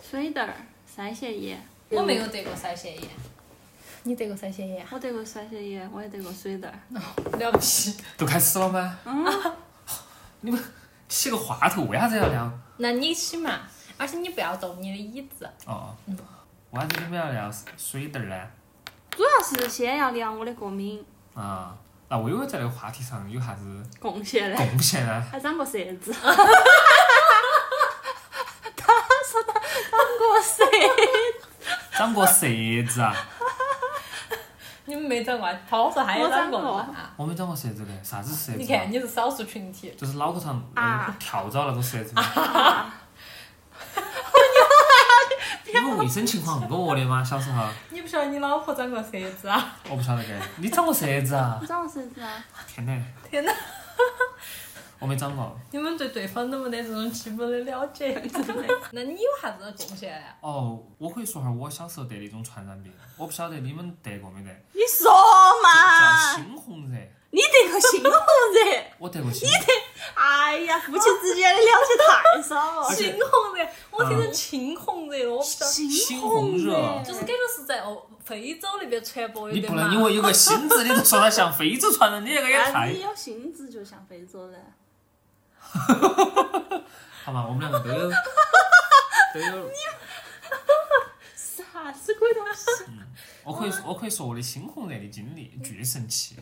Cider 散血液，我没有得过腮腺炎，你得过腮腺炎啊？我得过散血液，我也得过 Cider。了不起！都开始了吗？嗯 你们是个话头，为啥子要聊？那你起码，而且你不要动你的椅子。哦，嗯为啥子你们要聊水痘儿呢？主要是先要聊我的过敏啊、那薇薇在这个话题上有啥子贡献嘞，贡献啊呢？还长过舌子。长过舌子啊？你们没长过，他我说他也长过我嘛长啊。我没长过舌子嘞，啥子舌你子看啊？你是少数群体，就是脑壳上那种啊跳蚤那种舌子嘛。你们卫生情况那么恶劣吗？小时候你不晓得你老婆长过舌子啊？我不晓得该。你长过舌子啊我？长过舌子啊？天哪！天哪！我没长过。你们对对方都没得这种基本的了解，真的。那你有啥子贡献啊？哦，我可以说下我小时候得的一种传染病，我不晓得你们得过没得， 你说啊叫嘛？猩红热。你得过猩红热？我得过猩，哎呀，夫妻之间的了解太少了。而且啊青红热，我听嗯成青红热了，我不晓得。猩红热。就是感觉是在欧非洲那边传播，有你点不嘛能。因为有个“新”字，你就说它像非洲传人，你那哎个也啊太你……有性子就像非洲人，好嘛，我们两个都有，都有。啥子鬼东西？我可以说，我可以说我的猩红热的经历，巨神奇。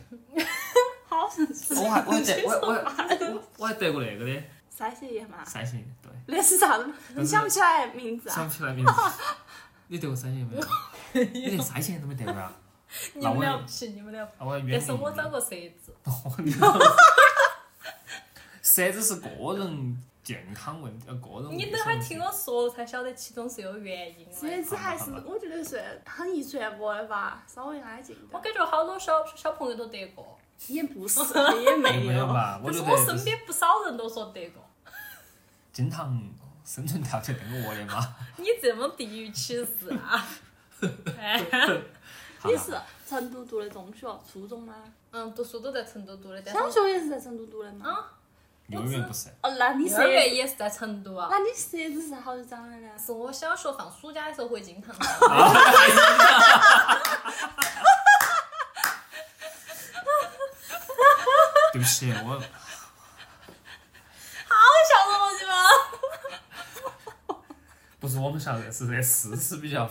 好神奇！我还我还得我我 我我还得过那个的三血液嘛？三型，对，那是啥子？你想不起来名字想啊？不起来 名字。你得过三型没有？你连三型都没得过啊？你们了不起，你们了不起。啊，我要远但离是我长过舌子， 哦你。舌子是个人健康问题，呃，个人。你等会儿听。我说了才晓得其中是有原因这的。次还是我觉得算很易传播的吧，稍微安静我点。感觉好多小小朋友都得过，也不是，也 没有吧？我但觉是得我就身是边不少人都说得过。经常生存条件那么恶 劣嘛。你这么地域歧视 啊？哎，好你吧是成都读的中学、初中吗？嗯，读书都在成都读的，但小是学也是在成都读的吗？啊永远不是。哦，那你幼舌儿，园也是在成都啊。那你舌子是好久长的呢？是我小学放暑假的时候回金堂， 对不起，我笑死我啊去了。不是我们晓得，是这事实比较。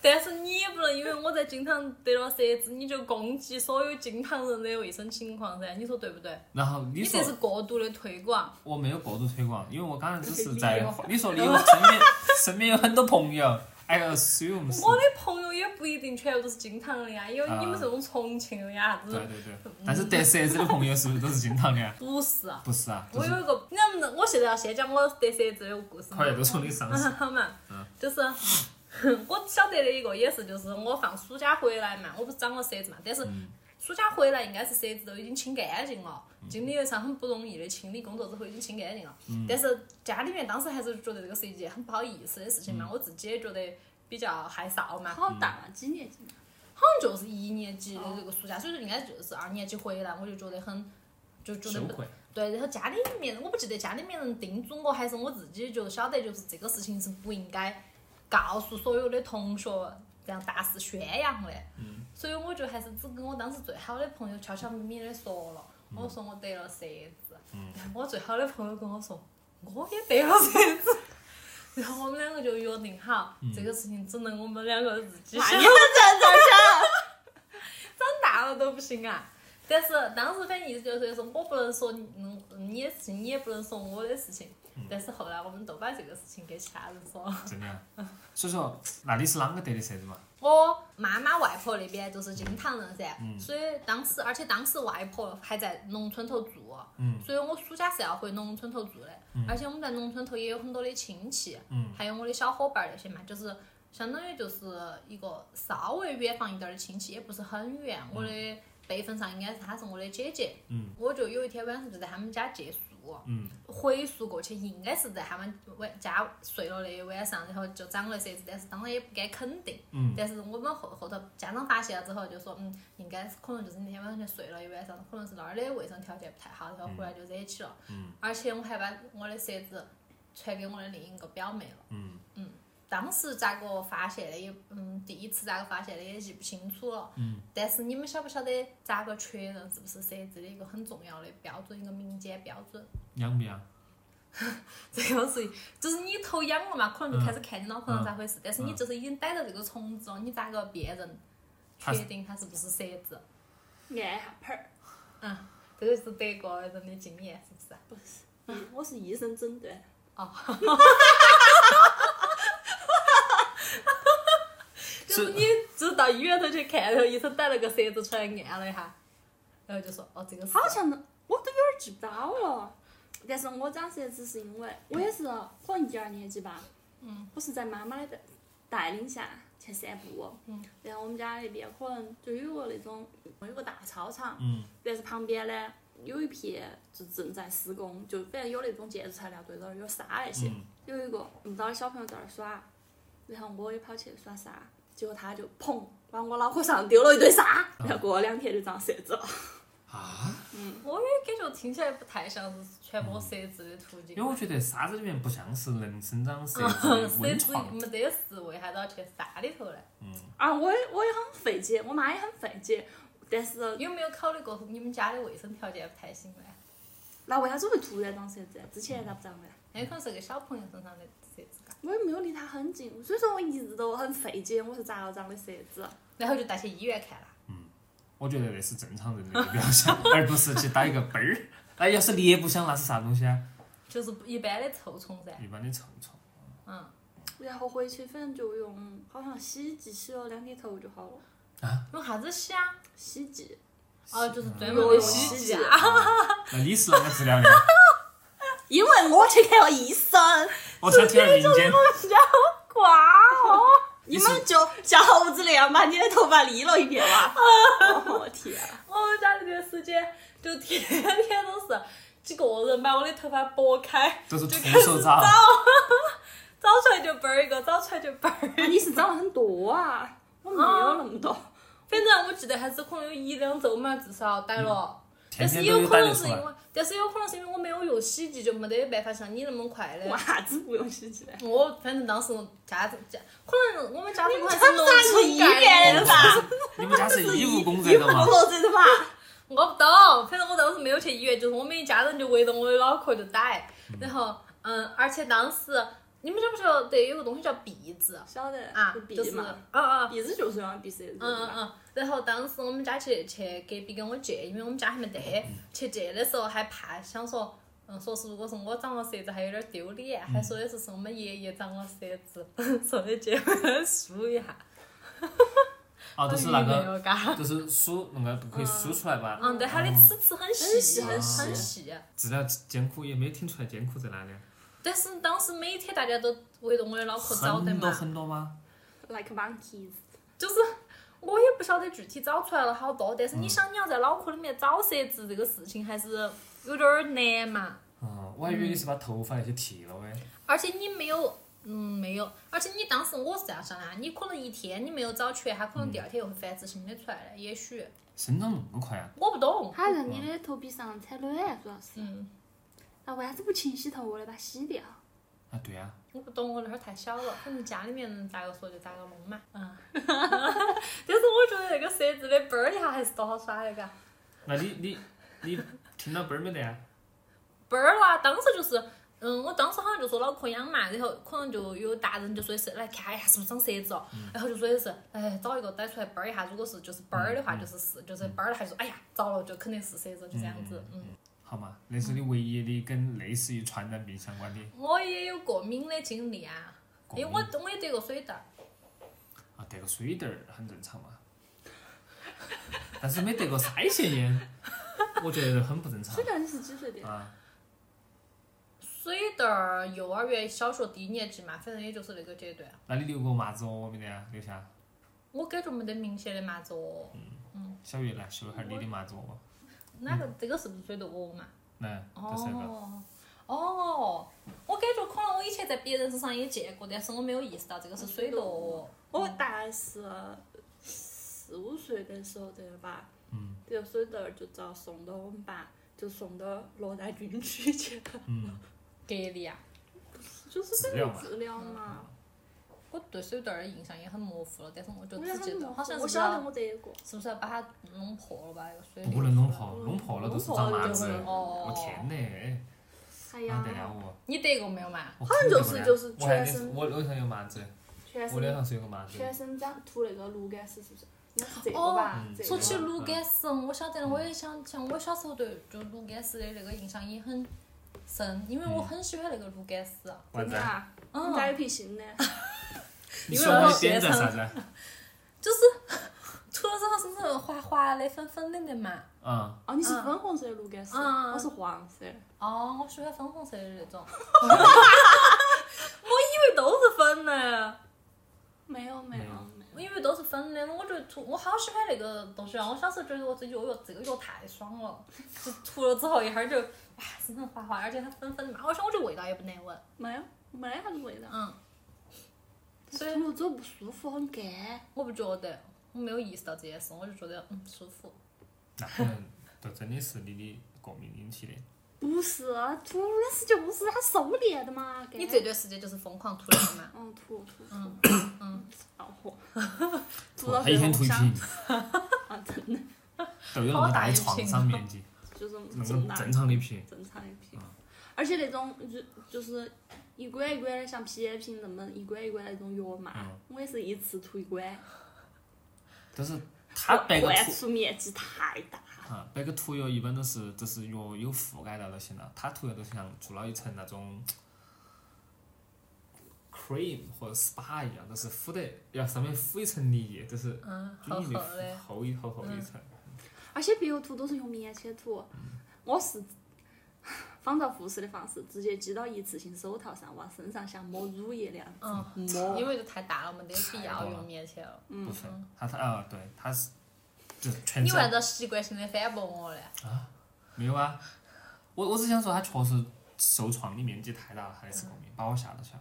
但是你也不能因为我在金堂得了舌子，你就攻击所有金堂人的卫生情况噻？你说对不对？然后你你说这是过度的推广，我没有过度推广，因为我刚才只是在理由你说离我身边身边有很多朋友，I assume 是。我的朋友也不一定全部都是金堂的呀，因为你们这种重庆的呀，啥对子？啊对对，但是得舌子的朋友是不是都是经常的啊？不是啊。不是啊，都我是有一个，你能不能？我现在要先讲我得舌子的故事吗。 快点都从你上手。好嘛嗯，就是 我晓得的一个也是，就是我放暑假回来嘛，我不是长了舌子嘛，但是嗯暑假回来应该是舌子都已经清干净了，经历了一场很不容易的清理工作之后已经清干净了。嗯但是家里面当时还是觉得这个是一件很不好意思的事嗯情嘛，我自己也觉得比较害臊嘛，好大啊，几年级？好像就是一年级的这个暑假，所以说应该就是啊二年级回来，我就觉得很。就觉得羞不愧，对，然后家里面我不记得家里面人叮嘱我，还是我自己就晓得，就是这个事情是不应该告诉所有的同学，这样大肆宣扬的。嗯所以我就还是只跟我当时最好的朋友悄悄咪咪的说了，我说我得了舌子。嗯我最好的朋友跟我说，我也得了舌子。 然后我们两个就约定好，嗯这个事情只能我们两个自己想。在这儿 长大了都不行啊。但是当时反正意思就是说，我不能说你嗯你的事情，你也不能说我的事情。嗯但是后来我们都把这个事情给其他人说。真的啊。所以说，那你是啷个得的舌子嘛？我哦妈妈外婆那边就是金堂人噻，嗯所以当时而且当时外婆还在农村头住，哦嗯所以我暑假是要回农村头住的。而且我们在农村头也有很多的亲戚，嗯还有我的小伙伴儿那些嘛，就是相当于就是一个稍微远房一点儿的亲戚，也不是很远。我的辈分上应该是她是我的姐姐，嗯我就有一天晚上就在他们家借宿。嗯回宿过去应该是在他们晚家睡了那一晚上，然后就长了舌子，但是当然也不敢肯定。嗯但是我们后后头家长发现了之后，就说嗯，应该是可能就是那天晚上就睡了一晚上，可能是那儿的卫生条件不太好，然后回来就惹起了。嗯而且我还把我的舌子传给我的另一个表妹了。嗯，当时咋个发现的也，嗯，第一次咋个发现的也记不清楚了。嗯。但是你们晓不晓得咋个确认是不是蛇子的一个很重要的标准，一个民间标准？ 痒不痒？这个是，就是你头痒了嘛，可能就开始看你脑壳嗯上咋回事。但是你嗯就是已经逮到这个虫子了，你咋个辨认它是确定它是不是蛇子？按一下盆儿，嗯，这个是德国人的经验，是不是？不是，嗯我是医生诊断。就是你就是到医院头去看，然后医生带了个蛇子出来按了一下，然后就说哦这个是好像我都有点记不到了。但是我长舌只是因为我也是可能一二年级吧，嗯，我是在妈妈的带带领下去散步，嗯，然后我们家那边可能就有个那种有个大操场，嗯，但是旁边呢有一片就正在施工，就反正有那种建筑材料堆到那儿有沙那些，嗯有一个那么大的小朋友在那儿耍，然后我也跑去耍沙，结果他就砰往我脑壳上丢了一堆沙，然后过了两天就长舌子了。啊，我也感觉听起来不太像是传播蛇子的途径因为。我觉得沙子里面不像是能生长蛇子蛇的子温床。 没得是为啥子要去沙里头呢？啊，我也我也很费解，我妈也很费解，但是有没有考虑过你们家的卫生条件不太行呢？那为啥子会突然长舌子？之前咋不长的？那有可能是个小朋友身上的蛇子嘎，我也没有离她很近，所以说我一直都很费解，我是咋个长的舌子？啊然后就带去医院看了。我觉得那是正常人的一个表象，而不是去打一个啵儿。哎，要是猎不想，那是啥东西啊？就是不一般的臭虫噻，一般的臭虫。嗯，然后回去反正就用好像洗衣机洗了两天头就好了，用啥子洗啊？洗剂。哦，就是专门有用洗洗剂剂啊。啊那你是啷个治疗的？因为我去看了医 生，我想听下民间。瓜哦，你你们就像猴子那样把你的头发理了一遍吧。 哦我天啊、 我们家那段时间就天天都是几个人把我的头发拨开，都是就徒开始手找找，找出来就嘣一个，找出来就嘣儿一个。啊你是长了很多啊，我没有那么多。反正我记得还是可能有一两周嘛，至少逮了。天但是天都有可逮得能出是因来。为，但是有可能是因为我没有用洗剂，就没得办法像你那么快的为。啥子不用洗剂呢？我反正当时家家，可能我们家庭还穿是农啥子村医院概念的。吧？你们家哦 是医务工医人务的吗？工人的吧？我不懂，反正我当时没有去医院，就是我们一家人就围着我的脑壳就打，然后嗯，而且当时你们晓不晓得有个东西叫篦子晓得啊就？鼻就是嘛，啊啊啊。鼻子就是用鼻子的，嗯嗯，嗯，然后当时我们家去去隔壁给我借，因为我们家还没得，去借的时候还怕想说，嗯，说是如果是我长了舌子还有点丢脸，还说的是是我嗯们爷爷长了舌子，说的借回来梳一下，啊，都是那没个，有嘎，就是梳那个可以梳出来吧？嗯，对，它的齿齿很很细细很细很细，治疗艰苦也没听出来艰苦在哪里，啊但是当时每天大家都围着我的脑壳找的很多嘛，很多吗？ ，like monkeys。就是我也不晓得具体找出来了好多，但是你嗯想你要在脑壳里面找舌子这个事情还是有点儿难嘛，嗯，我还以为你是把头发那些剃了喂。而且你没有。嗯，没有，而且你当时我是这样想的啊，你可能一天你没有找全，它可能第二天又会繁殖新的出来的，也许生长那么快啊？我不懂。它让你的头皮上产卵，主要是。嗯，那为啥子不勤洗头嘞？把它洗掉。啊，对啊，我不懂，我那会儿太小了，反正家里面人咋个说就咋个弄嘛。 嗯，但是我觉得那个舌子的啵儿一下还是多好耍的，嘎。那你你你听到啵儿没得啊？啵儿啦，当时就是，嗯，我当时好像就说脑壳痒嘛，然后可能就有大人就说的是来看一下是不是长舌子哦，然后就说的是，哎，找一个逮出来啵儿一下，如果是就是啵儿的话，就是是，就是啵儿的话就说，哎呀，着了就肯定是舌子，就这样子，嗯。好嘛，那是你唯一的跟类似于传染病相关的我也有过敏的经历啊，过因敏为。哎我我也嗯得过水痘儿，啊，得个水痘儿很正常嘛，但是没得过腮腺炎，我觉得很不正常这个你是几岁嗯的？啊。水痘儿幼儿园、小学低年级嘛，反正也就是那个阶段，那你留过麻子窝没得啊？留下我感觉没得明显的麻子哦。小月来秀一下你的麻子窝，哪个这个是不是水痘窝嘛？来，就是那个。哦哦，我感觉可能我以前在别人身上也见过，但是我没有意识到这个是水痘哦窝。我大概是四五岁的时候得的吧。嗯。这个水痘儿就遭送到我们爸，就送到罗大军区去了，嗯，隔离啊，就是治反疗嘛嗯正治疗嘛。我对水痘儿的印象也很模糊了，但是我就我也只记很得模好糊，像我是不是晓得要我得过，是不是要把它弄破了吧？有水哦不能弄破，弄破了都是长麻子。弄破我了就会天嘞，哎哎哪得了呀，我？你得过没有嘛？我好像就是真的就是我还全身我脸上有麻子，全我脸身上是有个麻子。全身长涂那个炉甘石是不是？应该是这个哦吧嗯？这说个起吧。炉甘石，我晓得了，我也想像我小时候对就炉甘石的那个印象也很深，因为嗯我很喜欢那个炉甘石。丸真子的，啊？你咋嗯，有撇心呢？你说的点在啥子？就是 涂了之后是那种滑滑的、粉粉嫩的嘛。嗯，哦，你是粉红色的炉甘石，嗯我是黄色。哦，我喜欢粉红色的那种。我以为都是粉的，没有没有没没有有，我以为都是粉的。我觉得涂，我好喜欢那个东西啊！我小时候觉得我这个药这个药太爽了， 就涂了之后一会儿就哇，真的滑滑，而且它粉粉的嘛，而且我觉得味道也不难闻。没有没啥子味道，嗯，所以涂了之后不舒服，很干。我不觉得，我没有意识到这件事，我就觉得嗯舒服。那可能就真的是你的过敏引起的。不是，啊涂那是就不是它收敛的嘛。干你这段时间就是疯狂涂了嘛？嗯，涂涂涂，嗯嗯，恼火，涂到他最一天后涂一想瓶，啊，真的都有那么大的创伤 面积，就是那正种大正常的瓶。正常的皮嗯，而且那种就就是一管一管的，像皮瓶那么一管一管那种药嘛，嗯我也是一次涂一管，就是它白个灌涂，输面积太大。啊，白个涂药一般都是就是药有覆盖到就行了，它涂药都像做了一层那种 cream 或者 SPA 一样，都是敷得要上面敷一层泥液，就是嗯，均好匀好的的。敷厚一厚厚一层。而且别个涂都是用棉签涂，我是仿照护士的方式，直接挤到一次性手套上，往身上像抹乳液那样嗯，抹。因为就太大了，没得必要用棉签了。部分，它它啊，对，它是就是全你嗯为啥身子习惯性的反驳我嘞？没有啊。我我只想说，它确实受创的面积太大了，它嗯的是过敏，把我吓到吓。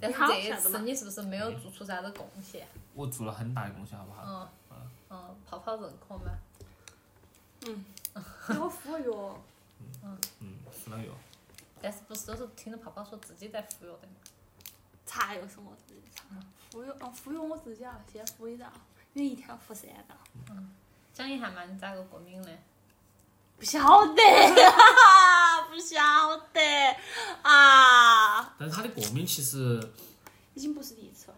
但是你好这一晓得次嘛你是不是没有做出啥子贡献？我做了很大的贡献，好不好？嗯嗯，泡泡认可吗？给我敷药，嗯，敷了啊药。但是不是都是听着泡泡说自己在服药的吗？擦又是我自己擦，敷药哦，敷药我自己要先敷一道，因为一天要敷三道。讲一下嘛，你咋个过敏嘞？不晓得， 不晓得啊！但是它的过敏其实已经不是第一次了，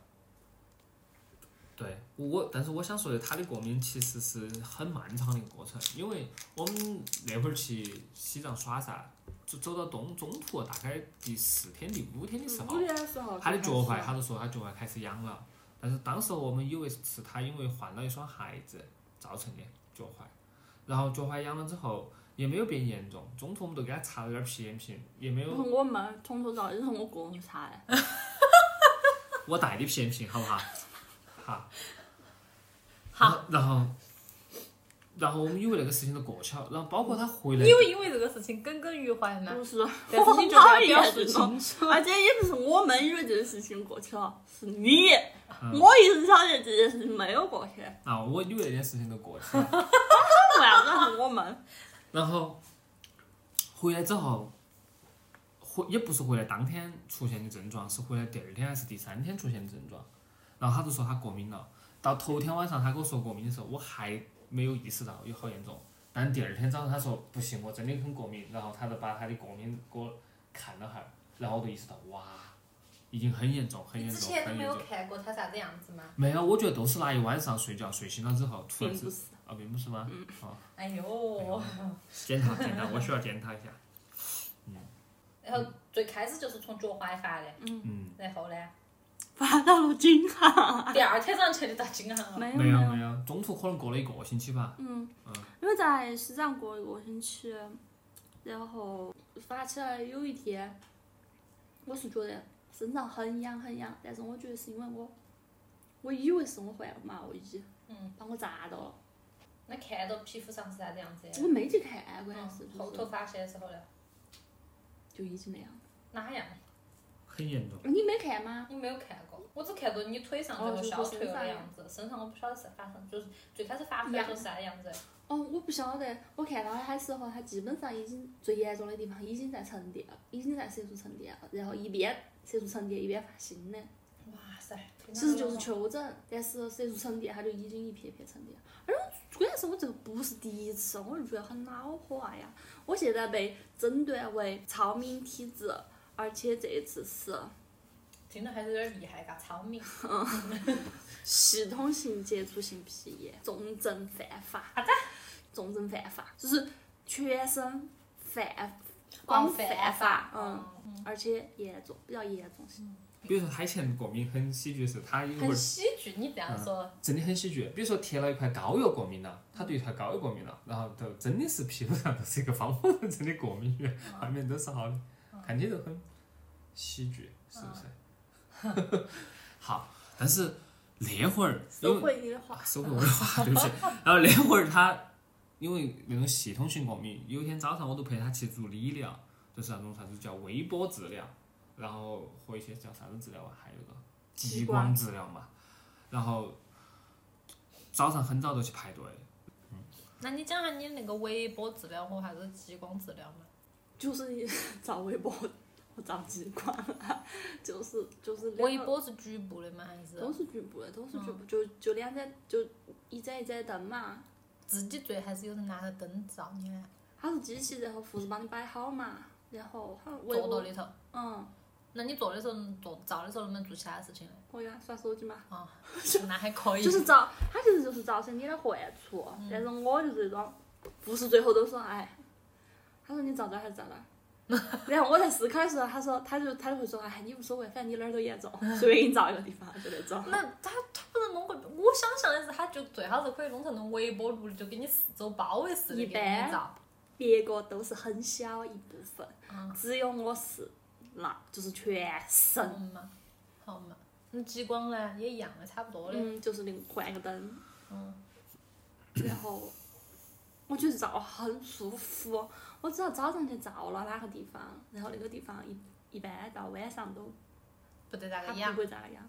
对我，但是我想说的，它的过敏其实是很漫长的一个过程，因为我们那会儿去西藏耍噻，走走到东中途，大概第四天、第五天的时候嗯五，天的时候就他开的始脚了，踝，他就说他脚踝开始痒了。但是当时我们以为是他因为换了一双鞋子造成的脚踝，然后脚踝痒了之后也没有变严重，中途我们都给他擦了点儿皮炎平，也没不有是我没儿从头到尾都是我个人擦的。我带的皮炎平，好不好？好。好然后。然后，然后我们以为那个事情都过去了，然后包括他回来你，有因为这个事情耿耿于怀吗？ 不是，但是你我就要讨表厌述这种清楚。而且也不是我们以为这件事情过去了，是你，嗯我一直晓得这件事情没有过去，啊，我以为那件事情都过去了，为啥子是我们？然后回来之后，回也不是回来当天出现的症状，是回来第二天还是第三天出现的症状。然后他就说他过敏了，到头天晚上他跟我说过敏的时候，我还没有意识到有好严重。但第二天早上他说不行，我真的很过敏，然后他就把他的过敏给我看了哈儿，然后我就意识到哇，已经很严重，很你严之重，前都很没严有重。看过它啥子样子吗？没有，我觉得都是那一晚上睡觉睡醒了之后突然并之不是，啊，并不是吗？啊，哎呦。检查检查，我需要检查一下。然后最开始就是从脚踝发的，嗯。然后呢， 发到了惊哈，第二天早上去就到金行了。没有没有有，没有，中途可能过了一个星期吧。嗯嗯，因为在西藏过一个星期，然后发起来有一天，我是觉得身上很痒很痒，但是我觉得是因为我，我以为是我换了麻药剂，嗯，把我炸到了，那看到皮肤上是啥子样子的？我没去看，关键嗯是就后是头发现的时候呢，就已经那样，哪样？很严重。你没看吗？我没有看过，我只看过你腿上最后消退了的样子，身上我不晓得是发生，就是最开始发出来的时候是啥样子。哦，我不晓得，我看到他的时候，他基本上已经最严重的地方已经在沉淀了，已经在色素沉淀了，然后一边色素沉淀一边发新的，哇塞，其实就是丘疹，但是色素沉淀，它就已经一片片沉淀。而且关键是我这个不是第一次，我就觉得很恼火啊呀！我现在被诊断为超敏体质，而且这一次是听着还是有点厉害嘎，超敏。系统性接触性皮炎，重症犯法。啥子？重症犯法就是全身犯，广光泛哦犯法，嗯，嗯，而且严重，比较严重性。比如说海前过敏很喜剧是，他一会很儿喜剧，你这样说，真的很喜剧。比如说贴了一块膏药过敏了，他对一块膏药过敏了，然后都真的是皮肤上都是一个方方正正的过敏源，外面都是好的，看起来都很喜剧，是不是？好，但是那会儿因为收回你的话啊，，手不会滑，对不起。然后那会儿他因为那种系统性过敏，有一天早上我都陪他去做理疗，就是那种啥子叫微波治疗，然后和一些叫啥子治疗啊，还有一个激光治疗嘛。然后早上很早就去排队，那你讲下你那个微波治疗和啥子激光治疗嘛？就是你 找微博，我找极光啊，就是就是两个微波是局部的吗？还都是是局部的，都是局部，就就两盏，就一盏一盏灯嘛。自己做还是有人拿着灯照你呢？它是机器，然后护士帮你摆好嘛，然后好像微坐到博，里头。嗯，那你坐的时候，坐照的时候能不能做其他事 情呢？可以啊，耍手机嘛，啊，那还可以。就是造，它其实就是造成你的患处。但是我就是这种，护士最后都说，哎，他说你照这儿还是照那儿。然后我在思考的时候，他说，他就他就会说，哎，你无所谓，反正你哪儿都严重，随便给你照一个地方就那种。那他他不能弄个，我想象的是他就最好是可以弄成那种微波炉，就给你四周包围似的一给般你照。别个都是很小一部分，嗯只有我是那就是全好身，嘛，好嘛。那激光呢也一样的，差不多的。嗯，就是那个换个灯，嗯，然后我觉得照很舒服。我只要早上去照了哪个地方，然后那个地方一一般到晚上都不得咋它个样不。会咋样。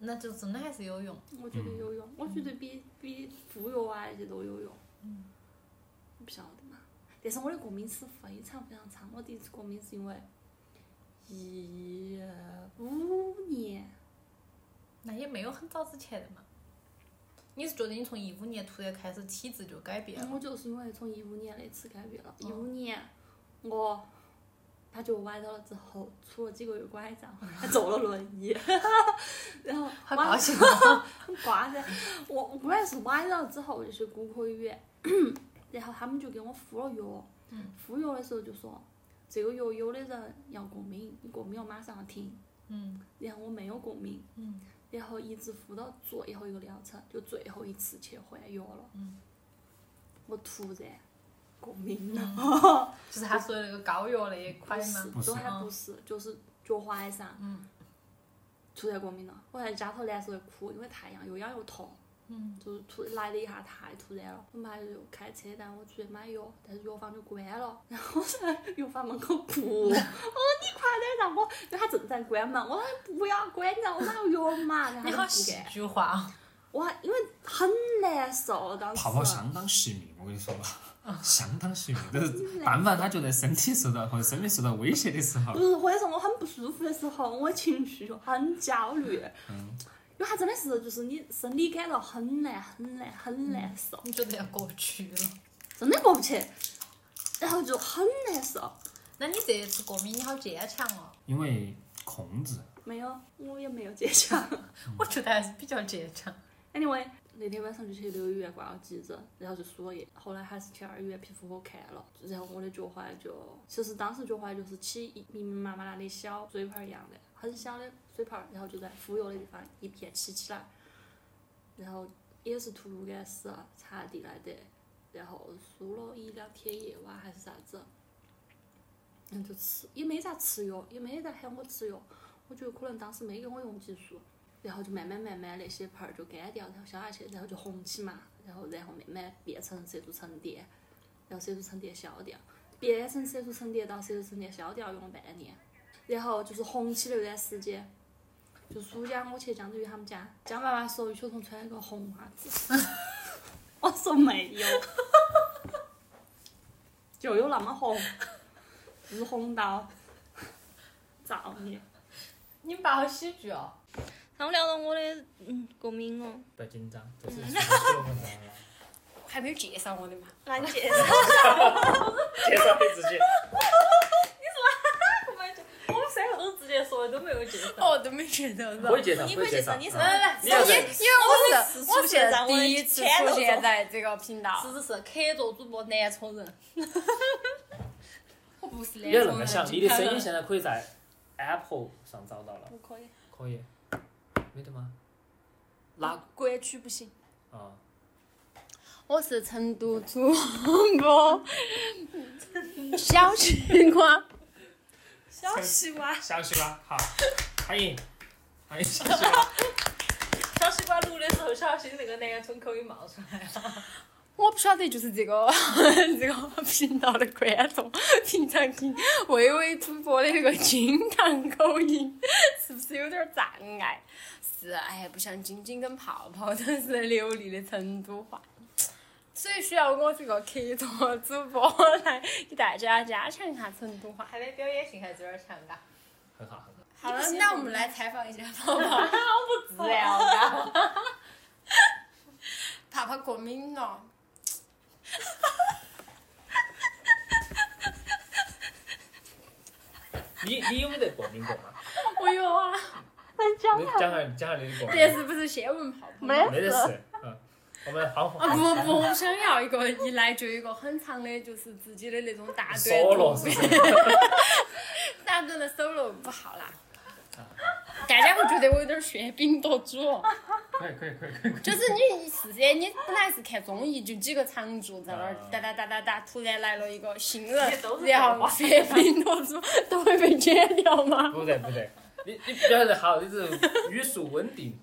那就真的还是有用。我觉得嗯有用，我觉得比比敷药啊那些都有用。嗯，不晓得嘛。但是我的过敏史非常非常长，我第一次过敏是因为一五年。那也没有很早之前的嘛。你是觉得你从一五年突然开始体质就改变了？我就是因为从一五年那次改变了，一嗯五年我他就崴到了之后，拄了几个月拐杖，还坐了轮椅， 然后好崴高兴啊！很 瓜噻。我我关键是崴了之后我就去骨科医院， 然后他们就给我敷了药，敷药的时候就说这个药有的人要过敏，你过敏要马上要停。嗯然后我没有过敏，嗯，然后一直敷到最后一个疗程，就最后一次去换药了，嗯，我突然过敏了，就是他说的那个膏药那一块不嘛是。不是都还不是，就是脚踝上，嗯，突然过敏了，我在家头难受的哭，因为太阳又痒又痛，嗯，就是突来了一下太突然了，我妈就开车带我出去买药，但是药房就关了，然后我在药房门口哭，我说你快点让我，因为他正在关门，我说不要关，你让我买药嘛，然后你他好就不戏干。剧化哦！哇，因为很难受，当时泡泡相当惜命，我跟你说吧，相当惜命。 就是但凡他觉得身体受到或者生命受到威胁的时候不，是或者说我很不舒服的时候，我情绪就很焦虑，嗯，因为它真的是就是你生理感到很难很难很难受，你觉得要过不去了？真的过不去，然后就很难受。那你这一次过敏，你好坚强哦！因为控制。没有，我也没有坚强。我觉得还是比较坚强。 anyway，那天晚上就去留医院挂了急诊，然后就输了液，后来还是去二医院皮肤科看了，然后我的脚踝就，其实当时脚踝就是起一密密麻麻的小水泡一样的，很小的水泡，然后就在敷药的地方一片起起来，然后也是突如感死查啊地来的，然后输了一两天夜晚还是啥子。然后就吃，也没咋吃药，也没咋喊我吃药。我觉得可能当时没给我用激素，然后就慢慢慢慢那些泡儿就干掉，然后消下去，然后就红起嘛，然后然后慢慢变成色素沉淀，然后色素沉淀消掉，变成色素沉淀到色素沉淀消掉用了半年，然后就是红起那段时间，就暑假我去江浙渝他们家，江爸爸说邱彤穿了个红袜子， 我说没有，就有那么红，就是红到造孽。你你们爸好喜剧哦。他们聊到我的嗯过敏哦，不要紧张，这嗯是 介还没有介绍我的嘛？俺姐，绍给 自己。哎我们三个都直接说的，都没有介绍。哦，都没觉得是吧？会介绍，你会会介介绍，绍，你是嗯来你也是因因为我是我我是是让我的第一次钱都出走现在这个频道，是是是，客座主播南充 人。我不是你要那么 人想，你的声音现在可以在 Apple 上找到了，不可以，可以，没得吗？哪？国区不行。啊，我是成都主播小西瓜，小西瓜，小西瓜，好，欢迎，欢迎小西瓜。小西瓜录的时候，小心那个南充口音冒出来了。我不晓得就是这个 这个频道的观众平常听微微主播的那个京唐口音是不是有点障碍？是哎，不像晶晶跟泡泡都是流利的成都话。所以需要我这个客座主播来给大家加强一下成都话。还没表演性还是有点强的。很好，很好。好了，那我们来采访一下泡泡。 自然的。泡泡过敏了。你你有没得过敏过吗？我有 啊，你讲下讲下你的过敏这。是不是先问泡泡？没没得 事，嗯，我们好好 啊不不，我想要一个一来就有一个很长的，就是自己的那种大说了是啊不段子，是？大段的 solo 不好啦。大家会觉得我有点喧宾夺主，啊可以可以可以可以。就是你是噻，你本来是看综艺，就几个常驻在那儿啊哒哒哒哒哒，突然来了一个新人你都，是然后喧宾夺主都会被剪掉吗？ 不得不得，你你表现得好，你这种语速稳定，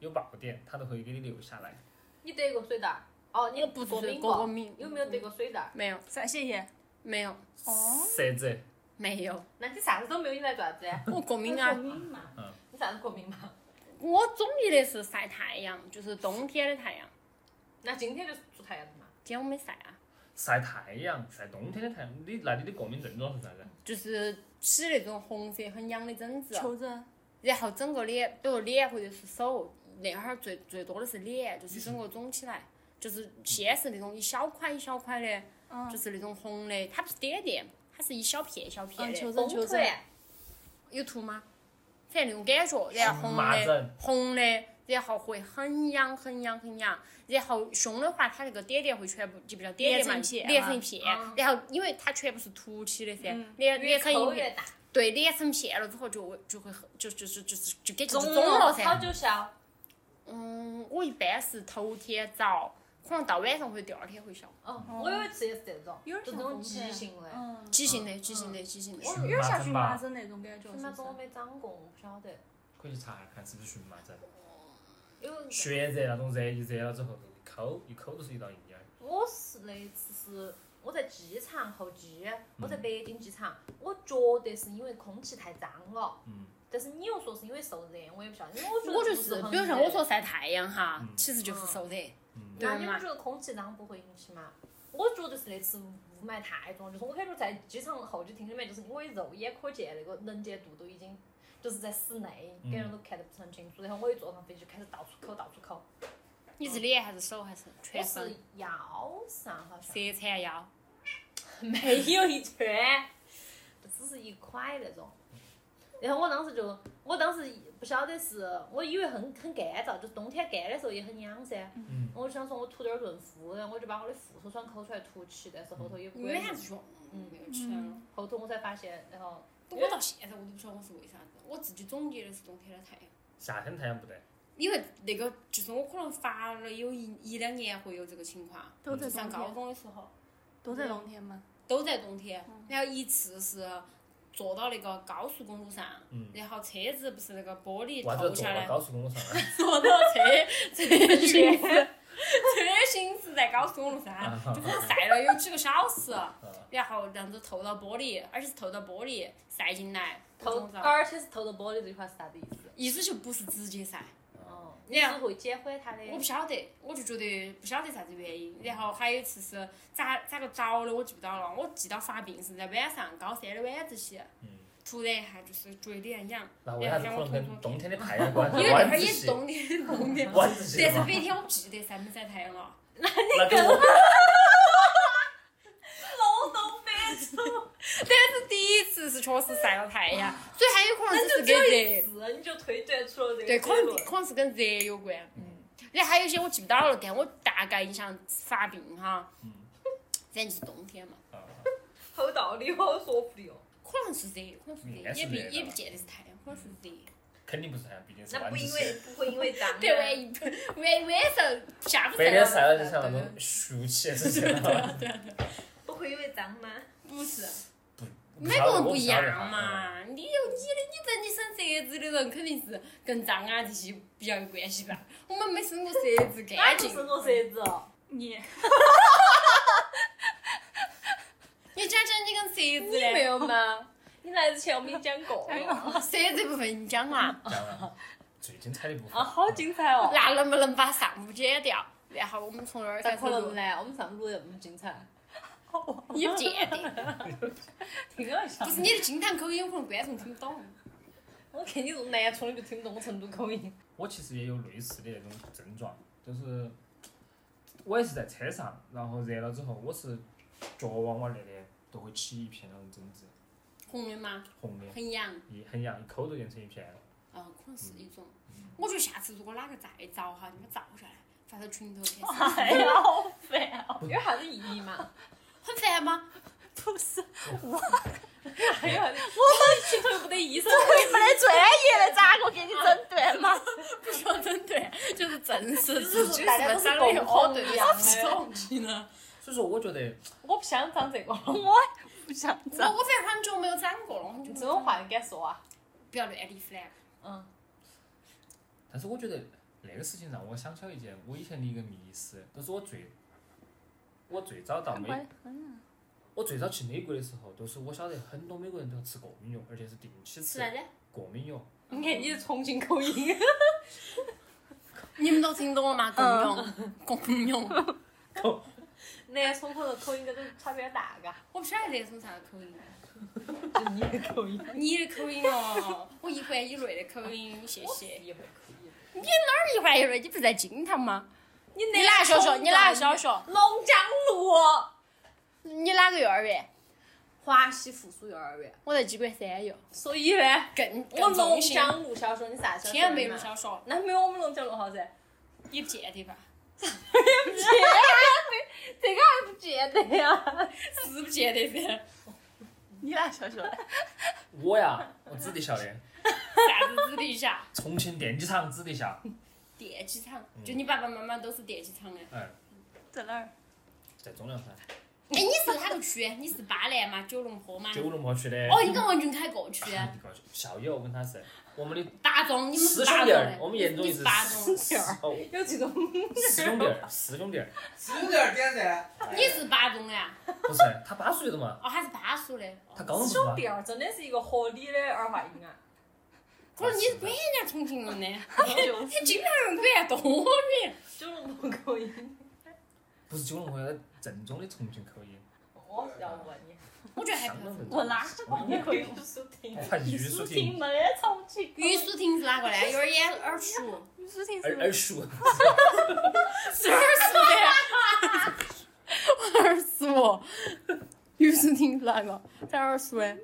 有爆点，他都会给你留下来。 你得过水痘？哦，你不过敏过敏有没有得过水痘？没有，啥谢谢？没有，舌子，没有，那你啥子都没有，你来做啥子？我过敏啊过。敏嘛，你啥子过敏嘛？我中意的是晒太阳，就是冬天的太阳。那今天就是做太阳的嘛。今天我没晒啊，晒太阳，晒冬天的太阳，你那你的过敏症状是啥子？就是洗那种红色很痒的疹子，啊求诊。然后整个脸，比如脸或者是手，那会儿最最多的是脸，就是整个肿起来，就是先是那种一小块一小块的，嗯就是那种红的，它不是点点，它是一小片一小片嗯，的，求崩诊求诊溃。。啊有图吗？反正那种感觉，然后红麻疹的，红的，然后会很痒很痒很痒，然后凶的话，它那个点点会全部就比较点点嘛连成一，片连啊成一片嗯，然后因为它全部是凸起的噻嗯，连越连成一抠片越，大，对，连成片了之后就会就会很就就就就就就感觉肿就肿了好噻。久消。嗯，我一般是头天早，可能到晚上或者第二天会消，嗯，我有一次也是这种，有点就像这种风急扇性的。嗯，急性的急性的急性的。我有点像荨麻疹那种感觉，荨是麻不是疹我？没长过，我不晓得。可以去查下看是不是荨麻疹。因嗯为血热那种热，一热了之后，一抠一抠就是一道阴影。我是那一次是我在机场候机，我在北京机场，我觉得是因为空气太脏了，嗯，但是你又说是因为受热，我也不晓得，因为我觉得我就不是，很比如像我热说，晒太阳哈嗯，其实就是嗯受热。那、对你嘛们觉得空气脏不会引起吗？我觉得是那次雾霾太重，就是我感觉在机场候机厅里面，就是因为肉眼可见那个能见度都已经。就是在室内，感觉嗯都看得不是很清楚。然后我一坐上飞机，就开始到处抠，到处抠。你是脸还是手还是我全身是？腰上好像蛇缠腰。 没有一圈，只是一块那种。然后我当时就，我当时不晓得是，我以为很很干燥，就冬天干的时候也很痒噻。嗯。我就想说，我涂点儿润肤，然后我就把我的护手霜抠出来涂起，但是后头也不因为管啥用子说，嗯没有啊起来了。后头我才发现，然后不过我到现在我都不晓得我是为啥子，我自己总结的是冬天的太阳，夏天太阳不得，因为那个就是我可能发了有一一两年会有这个情况，都在上冬高天，中的时候都在冬天嘛。都在冬天，然后一次是坐到那个高速公路上，嗯然后车子不是那个玻璃娃子透坐下到来，高速公路上来，坐到车车行驶 车行驶在高速公路上，就是晒了有几个小时。啊，然后这样子透到玻璃，而且是透到玻璃晒进来，头透，到，而且是头到玻璃这句话是啥子意思？意思就不是直接晒。啊哦，你是会减缓它的我不晓得，我就觉得不晓得啥子原因。然后还有一次是咋咋个着的，我记不到了。我记到发病是在晚上高三的晚自习，嗯，突然一下就是觉得脸痒，那为啥子可能跟冬天的太阳关系？因为那会晚儿自也习是，冬天，冬天，晚自习但是嘛，白天我不记得晒没晒太阳了。那跟我但是第一次是确实晒了太阳，所以还有可能就是跟热，是，你就推断出了这个对，结可能论。可能是跟热有关。嗯然后还有一些我记不到了，但我大概印象发病哈，嗯反正就是冬天嘛，好道理，好说服力哦。可能是热，可能是应该热，是也不热的也不吧见得是太阳，可能是热。肯定不是太阳，毕竟是那晚不自因习为。不会因为咱们对，万一晚晚上下午白天晒了就像像那种竖起的是吧？ 不会因为脏吗？不是。不，每个人不一样。嘛，你有你的，你在你生蛇子的人肯定是跟脏啊这些比较有关系吧。我们没生过蛇哎子，干净。生过蛇子哦，你你讲讲你跟蛇子你没嘞？有吗？哎你来之前我们已经讲哦啊过了。蛇子部分你讲嘛？讲了最精彩的部分。啊，好精彩哦！那能不能把上午剪掉？然后我们从那儿咋开始可能录，呢？我们上录得那么精彩，也不见得。听了一下不。是你的京唐口音，有可能观众听不懂。我看你从南充，你就听不懂我成都口音。我其实也有类似的那种症状，就是我也是在车上，然后热了之后，我是脚往往那里都会起一片那种疹子，红的嘛，红的，很痒。一很痒，一抠都变成一片。嗯，可能是一种。我觉得下次如果哪个再遭哈，你们照下来发到群头去，哎呀，好烦哦！有啥子意义嘛？很烦吗？ 还有啥子？我心头又不得医生， 你没得专业的，咋个给你诊断嘛？不需要针对，就是正视就是自己大家都是长得有共哦，同对一对，样的这种技能。所以说，我觉得我不想长这不个。想我啊我反正很久没有长过了，我就这种话你敢说啊？不要乱立 flag。嗯，但是我觉得那个事情让我想起了一件我以前的一个迷思，就是我最我最早到美，嗯我最早去美国的时候，就是我晓得很多美国人都要吃过敏药，而且是定期吃子？过敏药。啊你看你是重庆口音， 你们都听懂了吗？共用，嗯 共用。南充口的口音跟这差别大嘎。我不晓得那种啥口音，就你的口音， 你的口音哦，我一环以内的口音，谢谢。也会口音。一环以内，你不是在金堂吗？你你哪个小学？你哪个小学？龙江路你哪个幼儿园？华西附属幼儿园。我在机关三幼，所以呢，更我更龙中心。江路小学，你啥小学？天安门路，小学那啊没有我们龙江路好噻。也不见得吧？这个还不见得呀。是不见得噻。你俩小学的？我呀，我指定晓得，啥子子弟下？重庆电机厂指定晓。电机厂，就你爸爸妈妈都是电机厂的。嗯，在哪儿？在中粮噻，哎，你是哪个区？你是巴南吗？九龙坡吗？九龙坡区的。哦，你跟王俊凯过去，你过去，校友，我跟他是我们的八中，你们师是兄八弟中儿的，，我们严重你也是是八中，师哦，有这种师兄弟儿，师兄弟儿，十点点噻，你是八中的呀？不是他八岁了嘛，哦，他是巴蜀的。他高中是兄吧弟？儿，真的是一个合理的儿化音啊。可是你是管人家重庆人呢，九你经常人管 多远？九龙坡口音，不是九龙坡，正宗的重庆口音。我是哦要问你，哎我觉得还相不当错。正宗我哪我你可以不输听我怕玉树亭，没得重庆口于音。淑婷是哪个呢？有点眼耳熟，你是听耳耳熟，是耳熟的。耳熟，于淑婷是哪个？在耳熟的。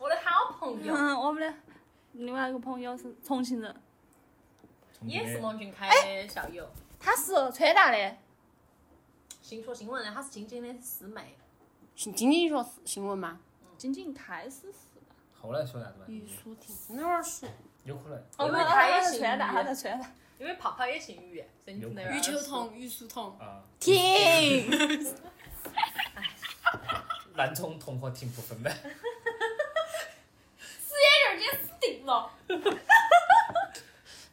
我的好朋友嗯，我们的另外一个朋友是重庆人，重也是庆的。王俊凯的校友，他是川大的，新学新闻的，她是晶晶的师妹。新经济学新闻吗？仅仅开始是吧？后来说啥子嘛？于淑婷真的耳熟。有可能。哦有不可能他也姓是川大，于他在川大。因为泡泡也姓于，所以你只能余秋彤、余淑彤，啊， 停，南充同和停不分呗。哎人家死定 了。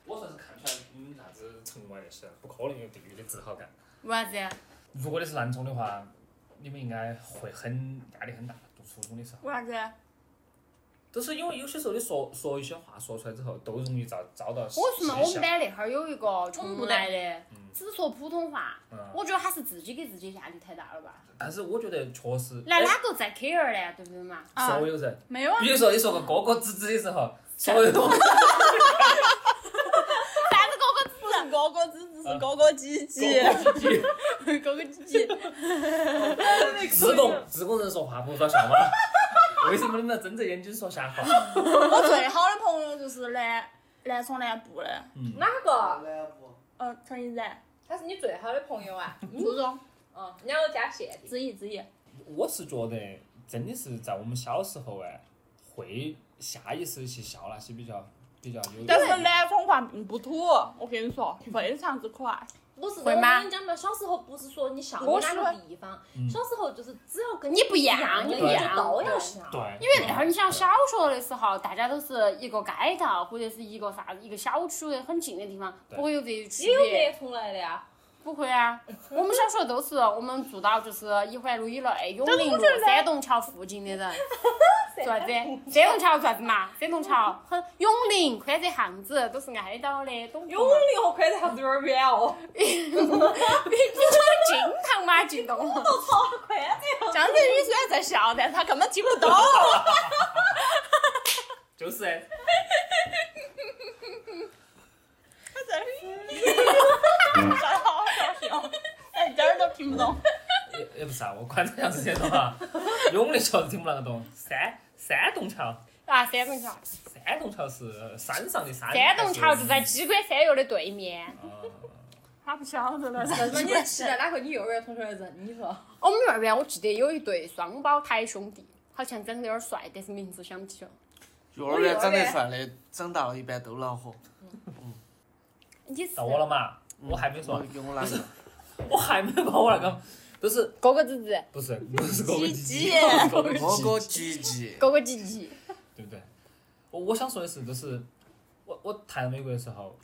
我算是看出来你们啥子城外那些，啊不可能有地域的自豪感。为啥子呀？如果你是南充的话，你们应该会很压力很大，读初中的时候。为啥子？都是因为有些时候你说说一些话说出来之后，都容易遭遭到我说嘛，我们讥笑班那哈儿有一个我从们来来的，只说普通话，嗯我觉得他是自己给自己压力太大了吧？但是我觉得确实，那哪个在 care 呢？对不对嘛？啊所有人，没有啊，比如说你说个哥哥子子的时候，所有人啥子哥哥子？不是哥哥子，只是哥哥鸡鸡，哥哥鸡鸡。自贡自贡人说话不说笑吗？为什么你们要睁着眼睛说瞎话？我最好的朋友就是南南充南部的，哪个？呃，陈一然，他是你最好的朋友啊？初中，嗯，两个加限定。之一之一。我是觉得真的是在我们小时候哎，会下意识去笑那些比较比较有。但是南充话并不土，我跟你说，非常之可爱。不是，我会跟吗嗯你讲嘛，小时候不是说你笑我你哪说个地方，小时候就是只要跟你不一样样，你你不一样都要笑。对，因为那会儿你想小学的时候，大家都是一个街道或者是一个啥子一个小区的很近的地方，对不会有这一区也有别。南充来的啊，不会啊，我们小学都是我们住到就是一哎环路 以内，永但是宁我路觉得三栋桥附近 的人。做啥子？三栋桥做啥子嘛？三栋桥很永宁、宽窄巷子都是挨到的，啊懂不永宁和宽窄巷子有点远 哦， 你就经常嘛，啊 进洞。宽窄江振宇虽然在笑，但是他根本听不懂。就是好搞笑，哎，一点儿都听不懂。也也不是啊，我管这样子些懂啊。永宁桥是听不啷个懂，山山洞桥，啊，三栋桥，山洞桥是山上的山。三栋桥就在还是啊机关山药的对面。他不晓得了，巷子。你期待哪个你幼儿园同学来认你说？ 我们幼儿园我记得有一对双胞胎兄弟，好像长得有点帅，但是名字想不起了。幼儿园长得帅的，长大了一般都恼火。你是到啊我了嘛？我还没说我，给我来一个，我还没把我那个，都是哥哥姊姊，不是不是哥哥姐姐， 哥哥姐我姐哥吉吉，哥哥姐姐，对不对？我我想说的是，就是我我谈美国的时候，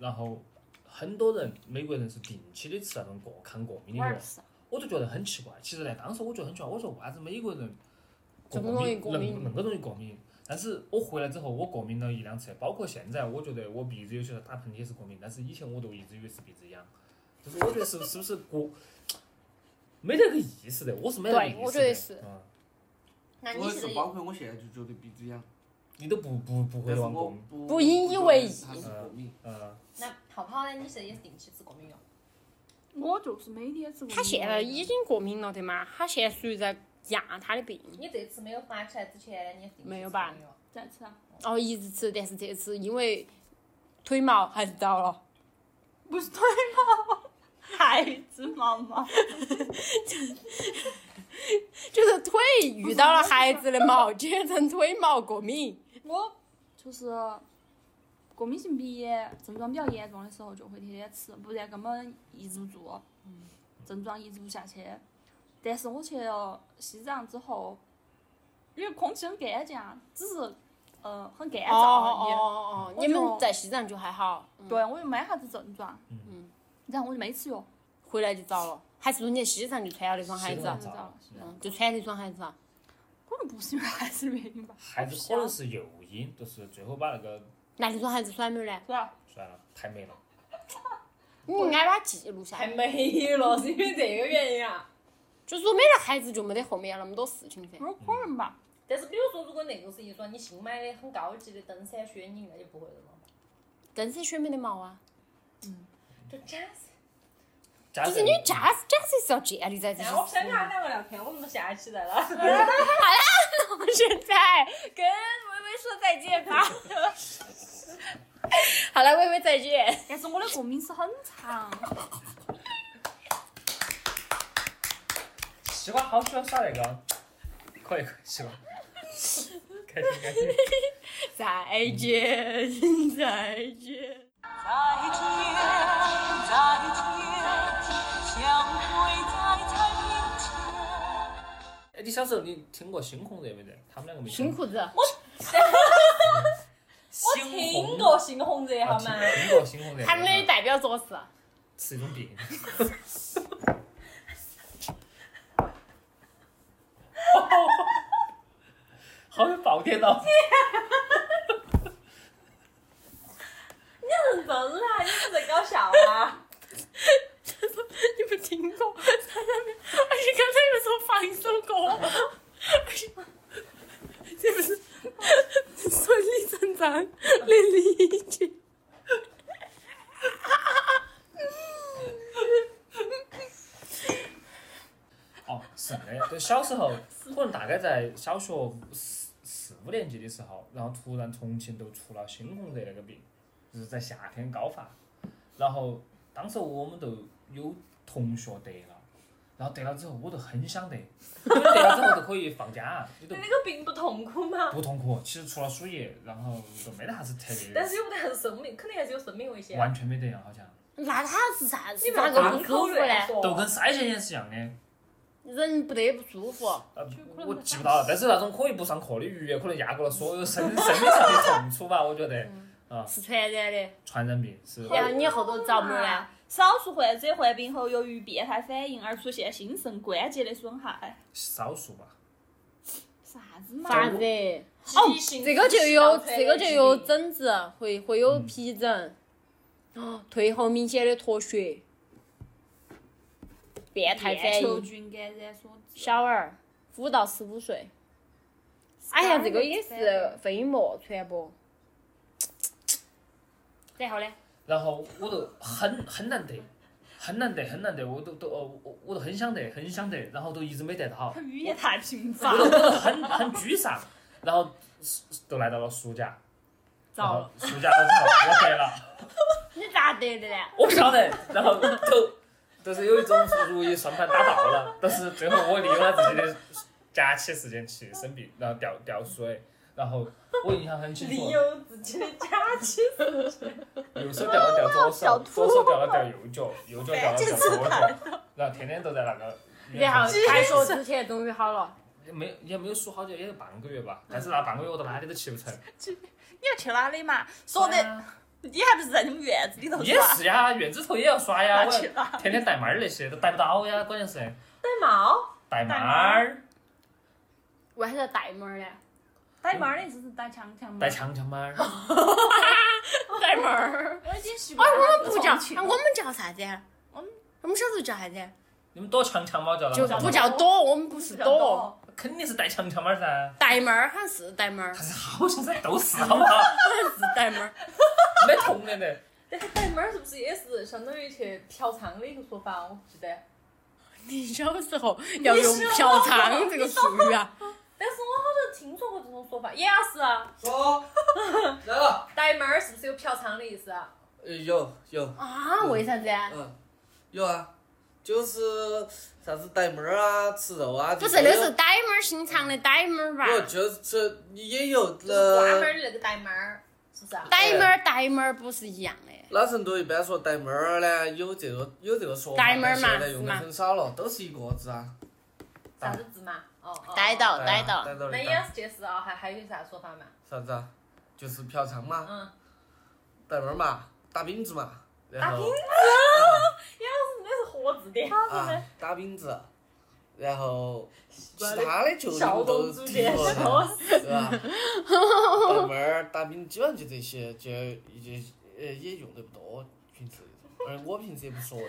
然后很多人美国人是定期的吃那种过抗过敏我的儿药，子。我就觉得很奇怪。其实呢，当时我觉得很奇怪，我说为啥子美国人这么容易过过敏敏，那那么容易过敏？但是我回来之后，我过敏了一两次，包括现在，我觉得我鼻子有些时候打喷嚏也是过敏，但是以前我都一直以为是鼻子痒，就是我觉得是是不是过没得那个意识的，我是没得那个意识对的，我觉得是嗯，那我你也是是，包括我现在就觉得鼻子痒，你都不不不会但是往我过敏，不不引以为意他是过敏。嗯。那泡泡呢？你现在也是定期吃过敏药？我就是每天吃。他现在已经过敏了的嘛，他现在属于在压他的病。你这次没有拿起来之前呢，你也是定期吃过敏药没有吧？再吃啊？哦，一直吃，但是这次因为腿毛还是倒了，不是腿 毛，还是毛毛。 就是腿遇到了孩子的 毛，简称腿毛过敏。我就是过敏性鼻炎症状比较严重的时候，就会天天吃，不然根本抑制不住，嗯症状抑制不下去。但是我去了西藏之后，因为空气很干净啊，只是呃很干哦燥而已。哦哦哦，你们在西藏就还好，哦对，我又没啥子症状，嗯，然后我就没吃药，回来就遭了。还是说你在西藏就穿了那双鞋子啊？知西藏道了。嗯，就穿那双鞋子啊？可能不是因为孩子的原因吧，孩子可能是诱因，就是最后把那个那那双鞋子甩没有呢？算了，太美了。你应该把它记录下还来。没了，是因为这个原因啊。就是说没了孩子就没得后面那么多事情噻。有可能吧。但是比如说，如果那个是一双你新买的很高级的登山靴，你应该就不会了嘛。登山靴没得毛啊，就假设。家就是你假假设是要建立在这些哎，我不想跟他两个聊天，我们都下期再了。现在跟微微说再见吧。好了，微微再见。但是我的过敏史很长，西瓜好喜欢耍那个，可以可以，西瓜。开心开心。再见，再见。哎，你小时候你听过猩红热没得？他们两个没新听。裤子，猩红听过猩红热啊好听 吗？听过猩红热。他们的代表作是是一种病。 好像暴跌倒。很笨啦，你是在搞笑啊吗？你们听过他那边，而且刚才有首放一首歌，而且这不是顺理成章的理解。哦，是的，就小时候，可能大概在小学四四五年级的时候，然后突然重庆就出了猩红热那个病，就是在夏天高发，然后当时我们都有同学得了，然后得了之后我都很想得，因为得了之后就可以放假，你都你那个并不痛苦嘛，不痛苦，其实除了输液，然后就没得啥子特别但的，是又不得啥子生命，肯定还是有生命危险。完全没得样好像，那他是啥子啊你？咋们个门不舒口啊服乱呢？都说，跟腮腺炎是一样的。人不得不舒服。呃，我记不到了，但是那种可以不上课的愉悦，可能压过了所有生生理上的痛楚吧，我觉得是传染的，传染病是。然后你后头遭没呢？少数患者患病后由于变态反应而出现心肾关节的损哎害。少数吧，啥子嘛？啥子？哦，这个就有这个就有疹子，会会有皮疹，哦，退后明显的脱血，变态反链球应，菌感染所致。小儿五到十五岁。哎呀，这个也是飞沫传播。然后呢？然后我都很很难得，很难得，很难得，我都都哦，我我都很想得，很想得，然后都一直没得到，语言太贫乏我都我都很很沮丧，然后都来到了暑假，然遭后了，暑假了之后我得了。你咋得的呢？我不晓得，然后都 都是有一种如意算盘打爆了，但是最后我利用了自己的假期时间去生病，然后掉掉水，然后我印象很清楚，由自己的假期，右手掉了掉左小手，兔左手掉了掉右脚，右脚掉了掉左脚，然后天天都在那个嗯院然后上。开学之前终于好了，没也没有数好久，也就半个月吧。但是那半个月我到哪里都去不成，你要去哪里嘛？说的嗯你还不是在啊你们院子里头也耍？是呀，院子头也要耍哪呀，我去要天天带猫儿那些都带不到呀，关键是戴帽，带猫猫儿、我还在带妹儿呢，戴帽的意思是戴强强吗带？强强猫儿。 带妹儿。我已经习 哎，惯了 我们这不种叫，情啊我们叫啥子呀？我们我们小时候叫啥子？你们躲强强猫叫了就吗不叫躲，我们不是躲，懂。肯定是带强强猫噻， 带妹儿好像是带妹儿，是好像在都是好不好？带 妹儿。没同的呢，但是戴帽儿是不是也是相当于去嫖娼的一个说法？我不记得。你小时候要用“嫖娼”这个术语啊？但是我好像听说过这种说法，也是啊，说 来了，戴帽儿是不是有嫖娼的意思啊？呃有有，啊，为啥子啊？嗯，有啊，就是啥子逮猫儿啊，吃肉啊，不这是，些那是逮妹儿心肠的逮妹儿吧？不就是也有就是瓜妹那儿的那个戴帽儿，是不是啊？逮妹儿逮妹儿不是一样的。拉成都一般说逮猫儿呢，有这个有这个说法，逮猫儿但嘛现在用的是吗很少了，都是一个字啊，啥子字嘛？哦哦。哦逮。到，逮逮到逮。到那也的逮，是就是啊，还还有啥说法嘛？啥子啊？就是嫖娼嘛，嗯，逮猫儿嘛，打饼子嘛，然打饼后那是活字典。啊啊打饼子，然后其他的就小都董主听编过了。是吧？打妹儿、打饼，基本上就这些，就也呃也用得不多，平时，而我平时也不说的，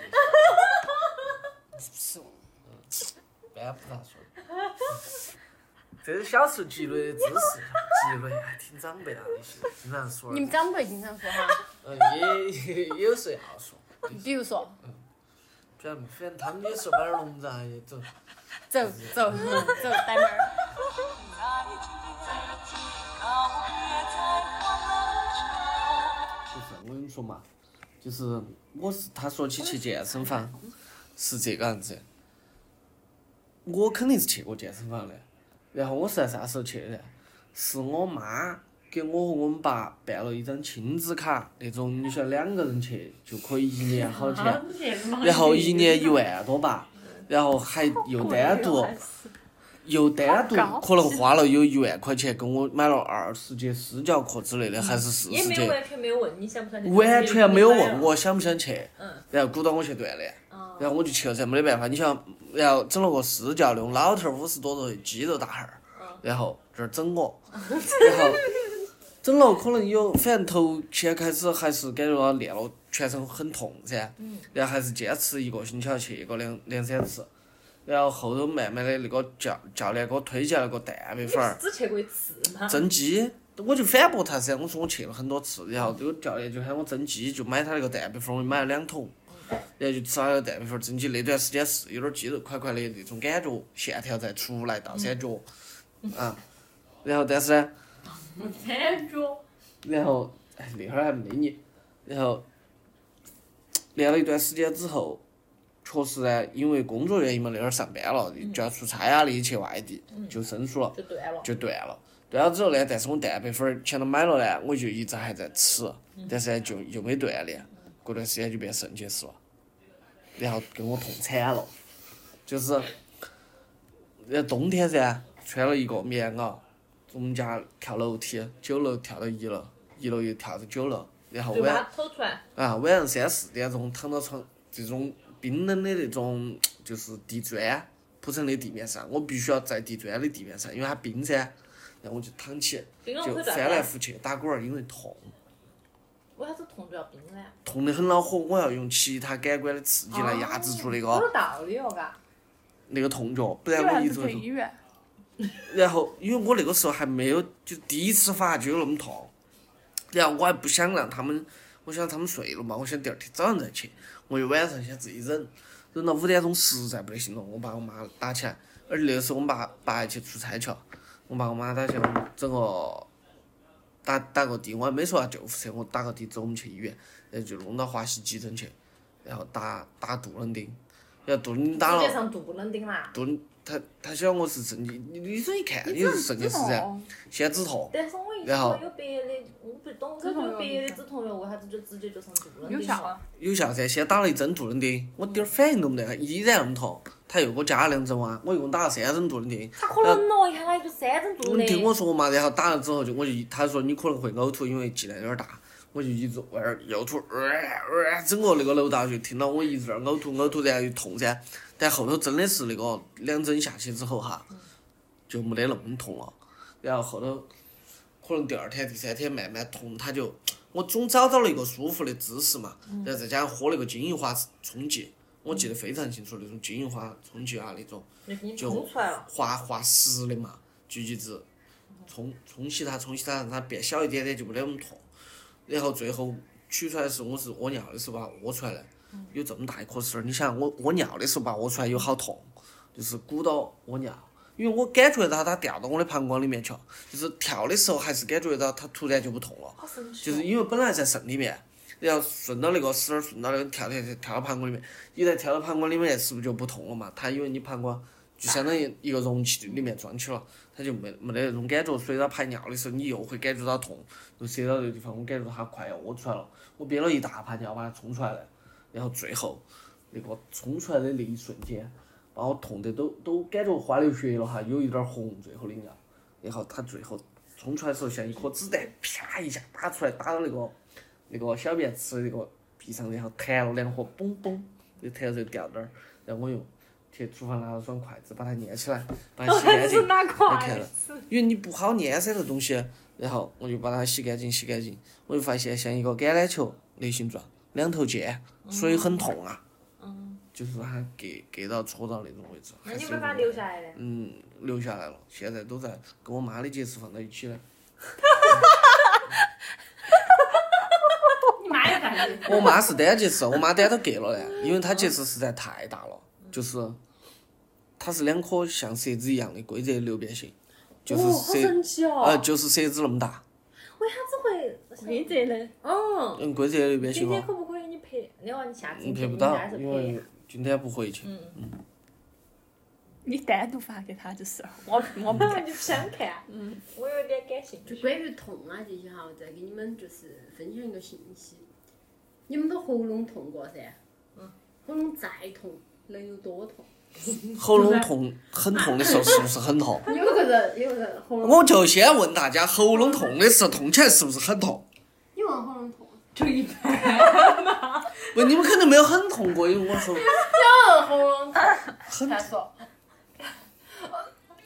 是一般不咋说的。这是小时候积累的知识，积累还听长辈啊那些经常说你们的，长辈经常说哈，嗯，也 也有时候要说，比如说，反正反正他们也说把聋子啊也走。走走走，逮妹儿。不是，我跟你说嘛，就是我是他说起去健身房，是这个样子。我肯定是去过健身房的，然后我是在啥时候去的呢？是我妈给我和我们爸办了一张亲子卡，那种你晓得两个人去就可以一年好钱， 然后一年一万多吧，然后还 又单独。又单独可能花了有一万块钱，给我买了二十节私教课之类的，还是四也十没节。有完全没有问你想不想去。完全没有问。我想不想去，嗯然后鼓捣我去锻炼，哦然后我就去了噻，没得办法。你想，然后整了个私教那种老头儿，五十多岁，肌肉大汉儿，然后这儿整我，然后整了可能有，反正头先开始还是感觉到练了全身很痛噻，然后还是坚持一个星期要去个两两三次，然后后头慢慢的那个教教练给我推荐了个蛋白粉儿，只去过一次嘛，蒸鸡，我就反驳他噻，我说我去了很多次，然后这个教练就喊我蒸鸡，就买他那个蛋白粉，我就买了两桶，然后就吃了那个蛋白粉蒸鸡，那段时间是有点肌肉块块的那种感觉，线条在出来倒三角，啊，然后但是呢，感觉然后哎那会儿还没你，然后练了一段时间之后，确实呢，因为工作原因嘛，那会儿上班了，就要出差啊的去外地，就生疏了。就断了。就断了。断了之后呢，但是我蛋白粉儿前头买了呢，我就一直还在吃，但是呢就又没锻炼，过段时间就变肾结石了，然后给我痛惨了，就是，呃冬天噻，穿了一个棉袄，我们家跳楼梯，九楼跳到一楼，一楼又跳到九楼，然后就晚把它吐出来，啊，晚上三四点钟躺到床这种冰冷的那种就是地砖铺成的地面上，我必须要在地砖的地面上，因为它冰噻，然后我就躺起，冰了就会翻来断。覆去打滚儿，因为痛，为啥子痛就要冰呢？痛得很恼火，我要用其他感官的刺激来压制住那有个点道理哦，嘎。那个痛觉，不你然我还一是直去会医痛。院，然后因为我那个时候还没有就第一次发就有那么痛，然后我还不想让他们，我想他们睡了嘛，我想第二天早上再去，我就晚上先自己忍，忍到五点钟实在不得行了，我把我妈打起来，而那个时候我爸爸还去出差去了，我把我妈打起来，我们整个打打个的，我还没说要救护车，我打个的走我们去医院，然后就弄到华西急诊去，然后打打杜冷丁，然后杜冷丁打世界了，上杜冷丁啦。杜冷他他晓得我是肾结，你你医生一看你你是这肾这结石种噻。哦先止痛，但是我一直然后有别的，我不懂，我止痛药有别的止痛药，为啥子就直接就上杜冷有丁效了？啊，有效噻，先打了一针杜冷丁，我点儿反应都没得，依然那么痛。他又给我加了两针哇，我一共打了三针杜冷丁。他可能咯，一下他就三针杜你听的。嗯我说嘛，然后打了之后就我就一他说你可能会呕吐，因为剂量有点大，我就一直外儿又吐，呃呃，整个那个楼道就听到我一直在那儿呕吐呕吐，然后又痛噻。但后头真的是那个两针下去之后哈，就没得那么痛了。然后后头可能第二天、第三天慢慢痛，他就我总找到了一个舒服的姿势嘛，然后再加上喝那个金银花冲剂，我记得非常清楚那种金银花冲剂啊那种。就给你就冲出来了，滑滑实的嘛，橘橘子，冲冲洗它，冲洗它，让它变小一点点就没得那么痛。然后最后取出来的时候，我是屙尿的时候把它屙出来的，有这么大一颗石儿。你想我屙尿的时候把它屙出来有好痛，就是鼓到屙尿，因为我感觉到它掉到我的膀胱里面去了，就是跳的时候还是感觉到它突然就不痛了。好神奇就哦。。是因为本来在肾里面，然后顺到那个丝儿，顺到那个跳跳跳跳到膀胱里面，一旦跳到膀胱里面，是不是就不痛了嘛？它因为你膀胱就相当于一个容器里面装起了，它就没没得那种感觉。所以它排尿的时候，你又会感觉到痛，就塞到那个地方，我感觉到它快要屙出来了，我憋了一大泡尿把它冲出来了，然后最后那个冲出来的那一瞬间，把我痛得都都感觉花流血了哈，有一点儿红，最后的尿，然后它最后冲出来的时候像一颗子弹，啪一下打出来，打到那个那个小便池的那个壁上，然后弹了两下，嘣嘣，就弹就掉那儿。然后我又去厨房拿了双筷子，把它捏起来，把它洗干净哎哪你 看了？因为你不好捏噻这东西，然后我就把它洗干净，洗干净，我就发现像一个橄榄球的形状，两头尖，所以很痛啊。就是它割割到戳到那种位置，嗯那还你是没有把它点留下来的，嗯，留下来了，现在都在跟我妈的结石放到一起了。 你妈也干的。我妈是单结石，我妈单都割了嘞，因为她结石实在太大了，就是它是两颗像舌子一样的规则流变性，就是哦，好舌神奇哦！呃就是舌子那么大，为啥子会？没得嘞，嗯，嗯，规则流变今性哦天，可不可以你陪？你要你下次嗯，陪拍不你到还，是因陪为？今天不回去。嗯，你单独发给他就是了，我我不那就不想看。嗯，我有点感兴就趣。关于痛啊这些哈，我再给你们就是分享一个信息。你们都喉咙痛过噻？嗯。喉咙再痛，能有多痛？喉咙痛很痛的时候是不是很痛？有个人，有个人喉咙，我就先问大家，喉咙痛的时候痛起来是不是很痛？你问喉咙痛，啊就一般。不，你们肯定没有很痛过，因为我说问喉咙痛，他说，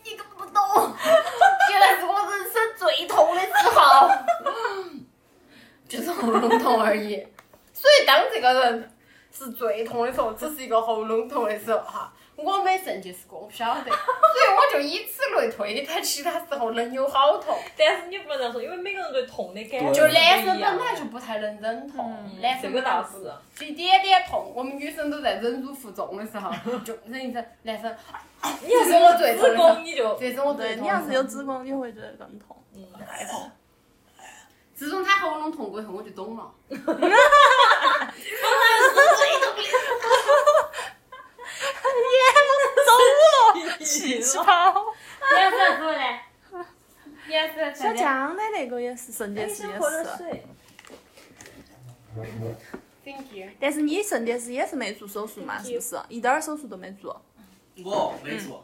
你根本不懂，觉那是我人生最痛的时 候，就是喉咙痛而已。所以当这个人是最痛的时候，只是一个喉咙痛的时候哈。我没肾结石过，我不晓得，所以我就以此类推，他其他时候能有 好痛？但是你不能这样说，因为每个人对痛的感觉就不一样嗯男生本来就不太能忍痛，男这生个本倒来是，就一点点痛，我们女生都在忍辱负重的时 候就忍一忍，男生，你这要是我最痛子的时候宫，你就这是我最对痛的时你要候是有子宫，你会觉得更痛。太痛。自从他喉咙痛过以后，我就懂 了。奇葩！你要啥子嘞？你要啥小江的那个也是肾结哎石，也是，水，但是你肾结石也是没做手术嘛，是不是？一点儿手术都没做。 我没做，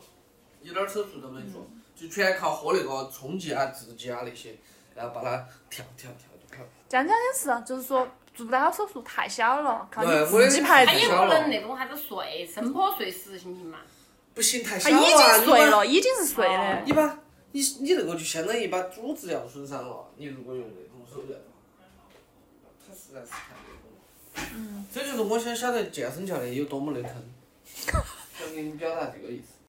一点儿手术都没做，就全靠喝那个冲剂啊、制剂啊那些，然后把它调调调就好了。江江也是，啊就是说做不了手术太小了，靠你对我自己排他队也。不能那种啥子嗯睡，生破睡死行不行嘛？不行，太他小已经啊！睡你把了，已经是睡的。你把你你那个就相当于把组织要损伤了。你如果用那种手段的话，它实在是太那个了。 嗯。这就是我想晓得健身教练有多么的坑，想给你表达这个意思。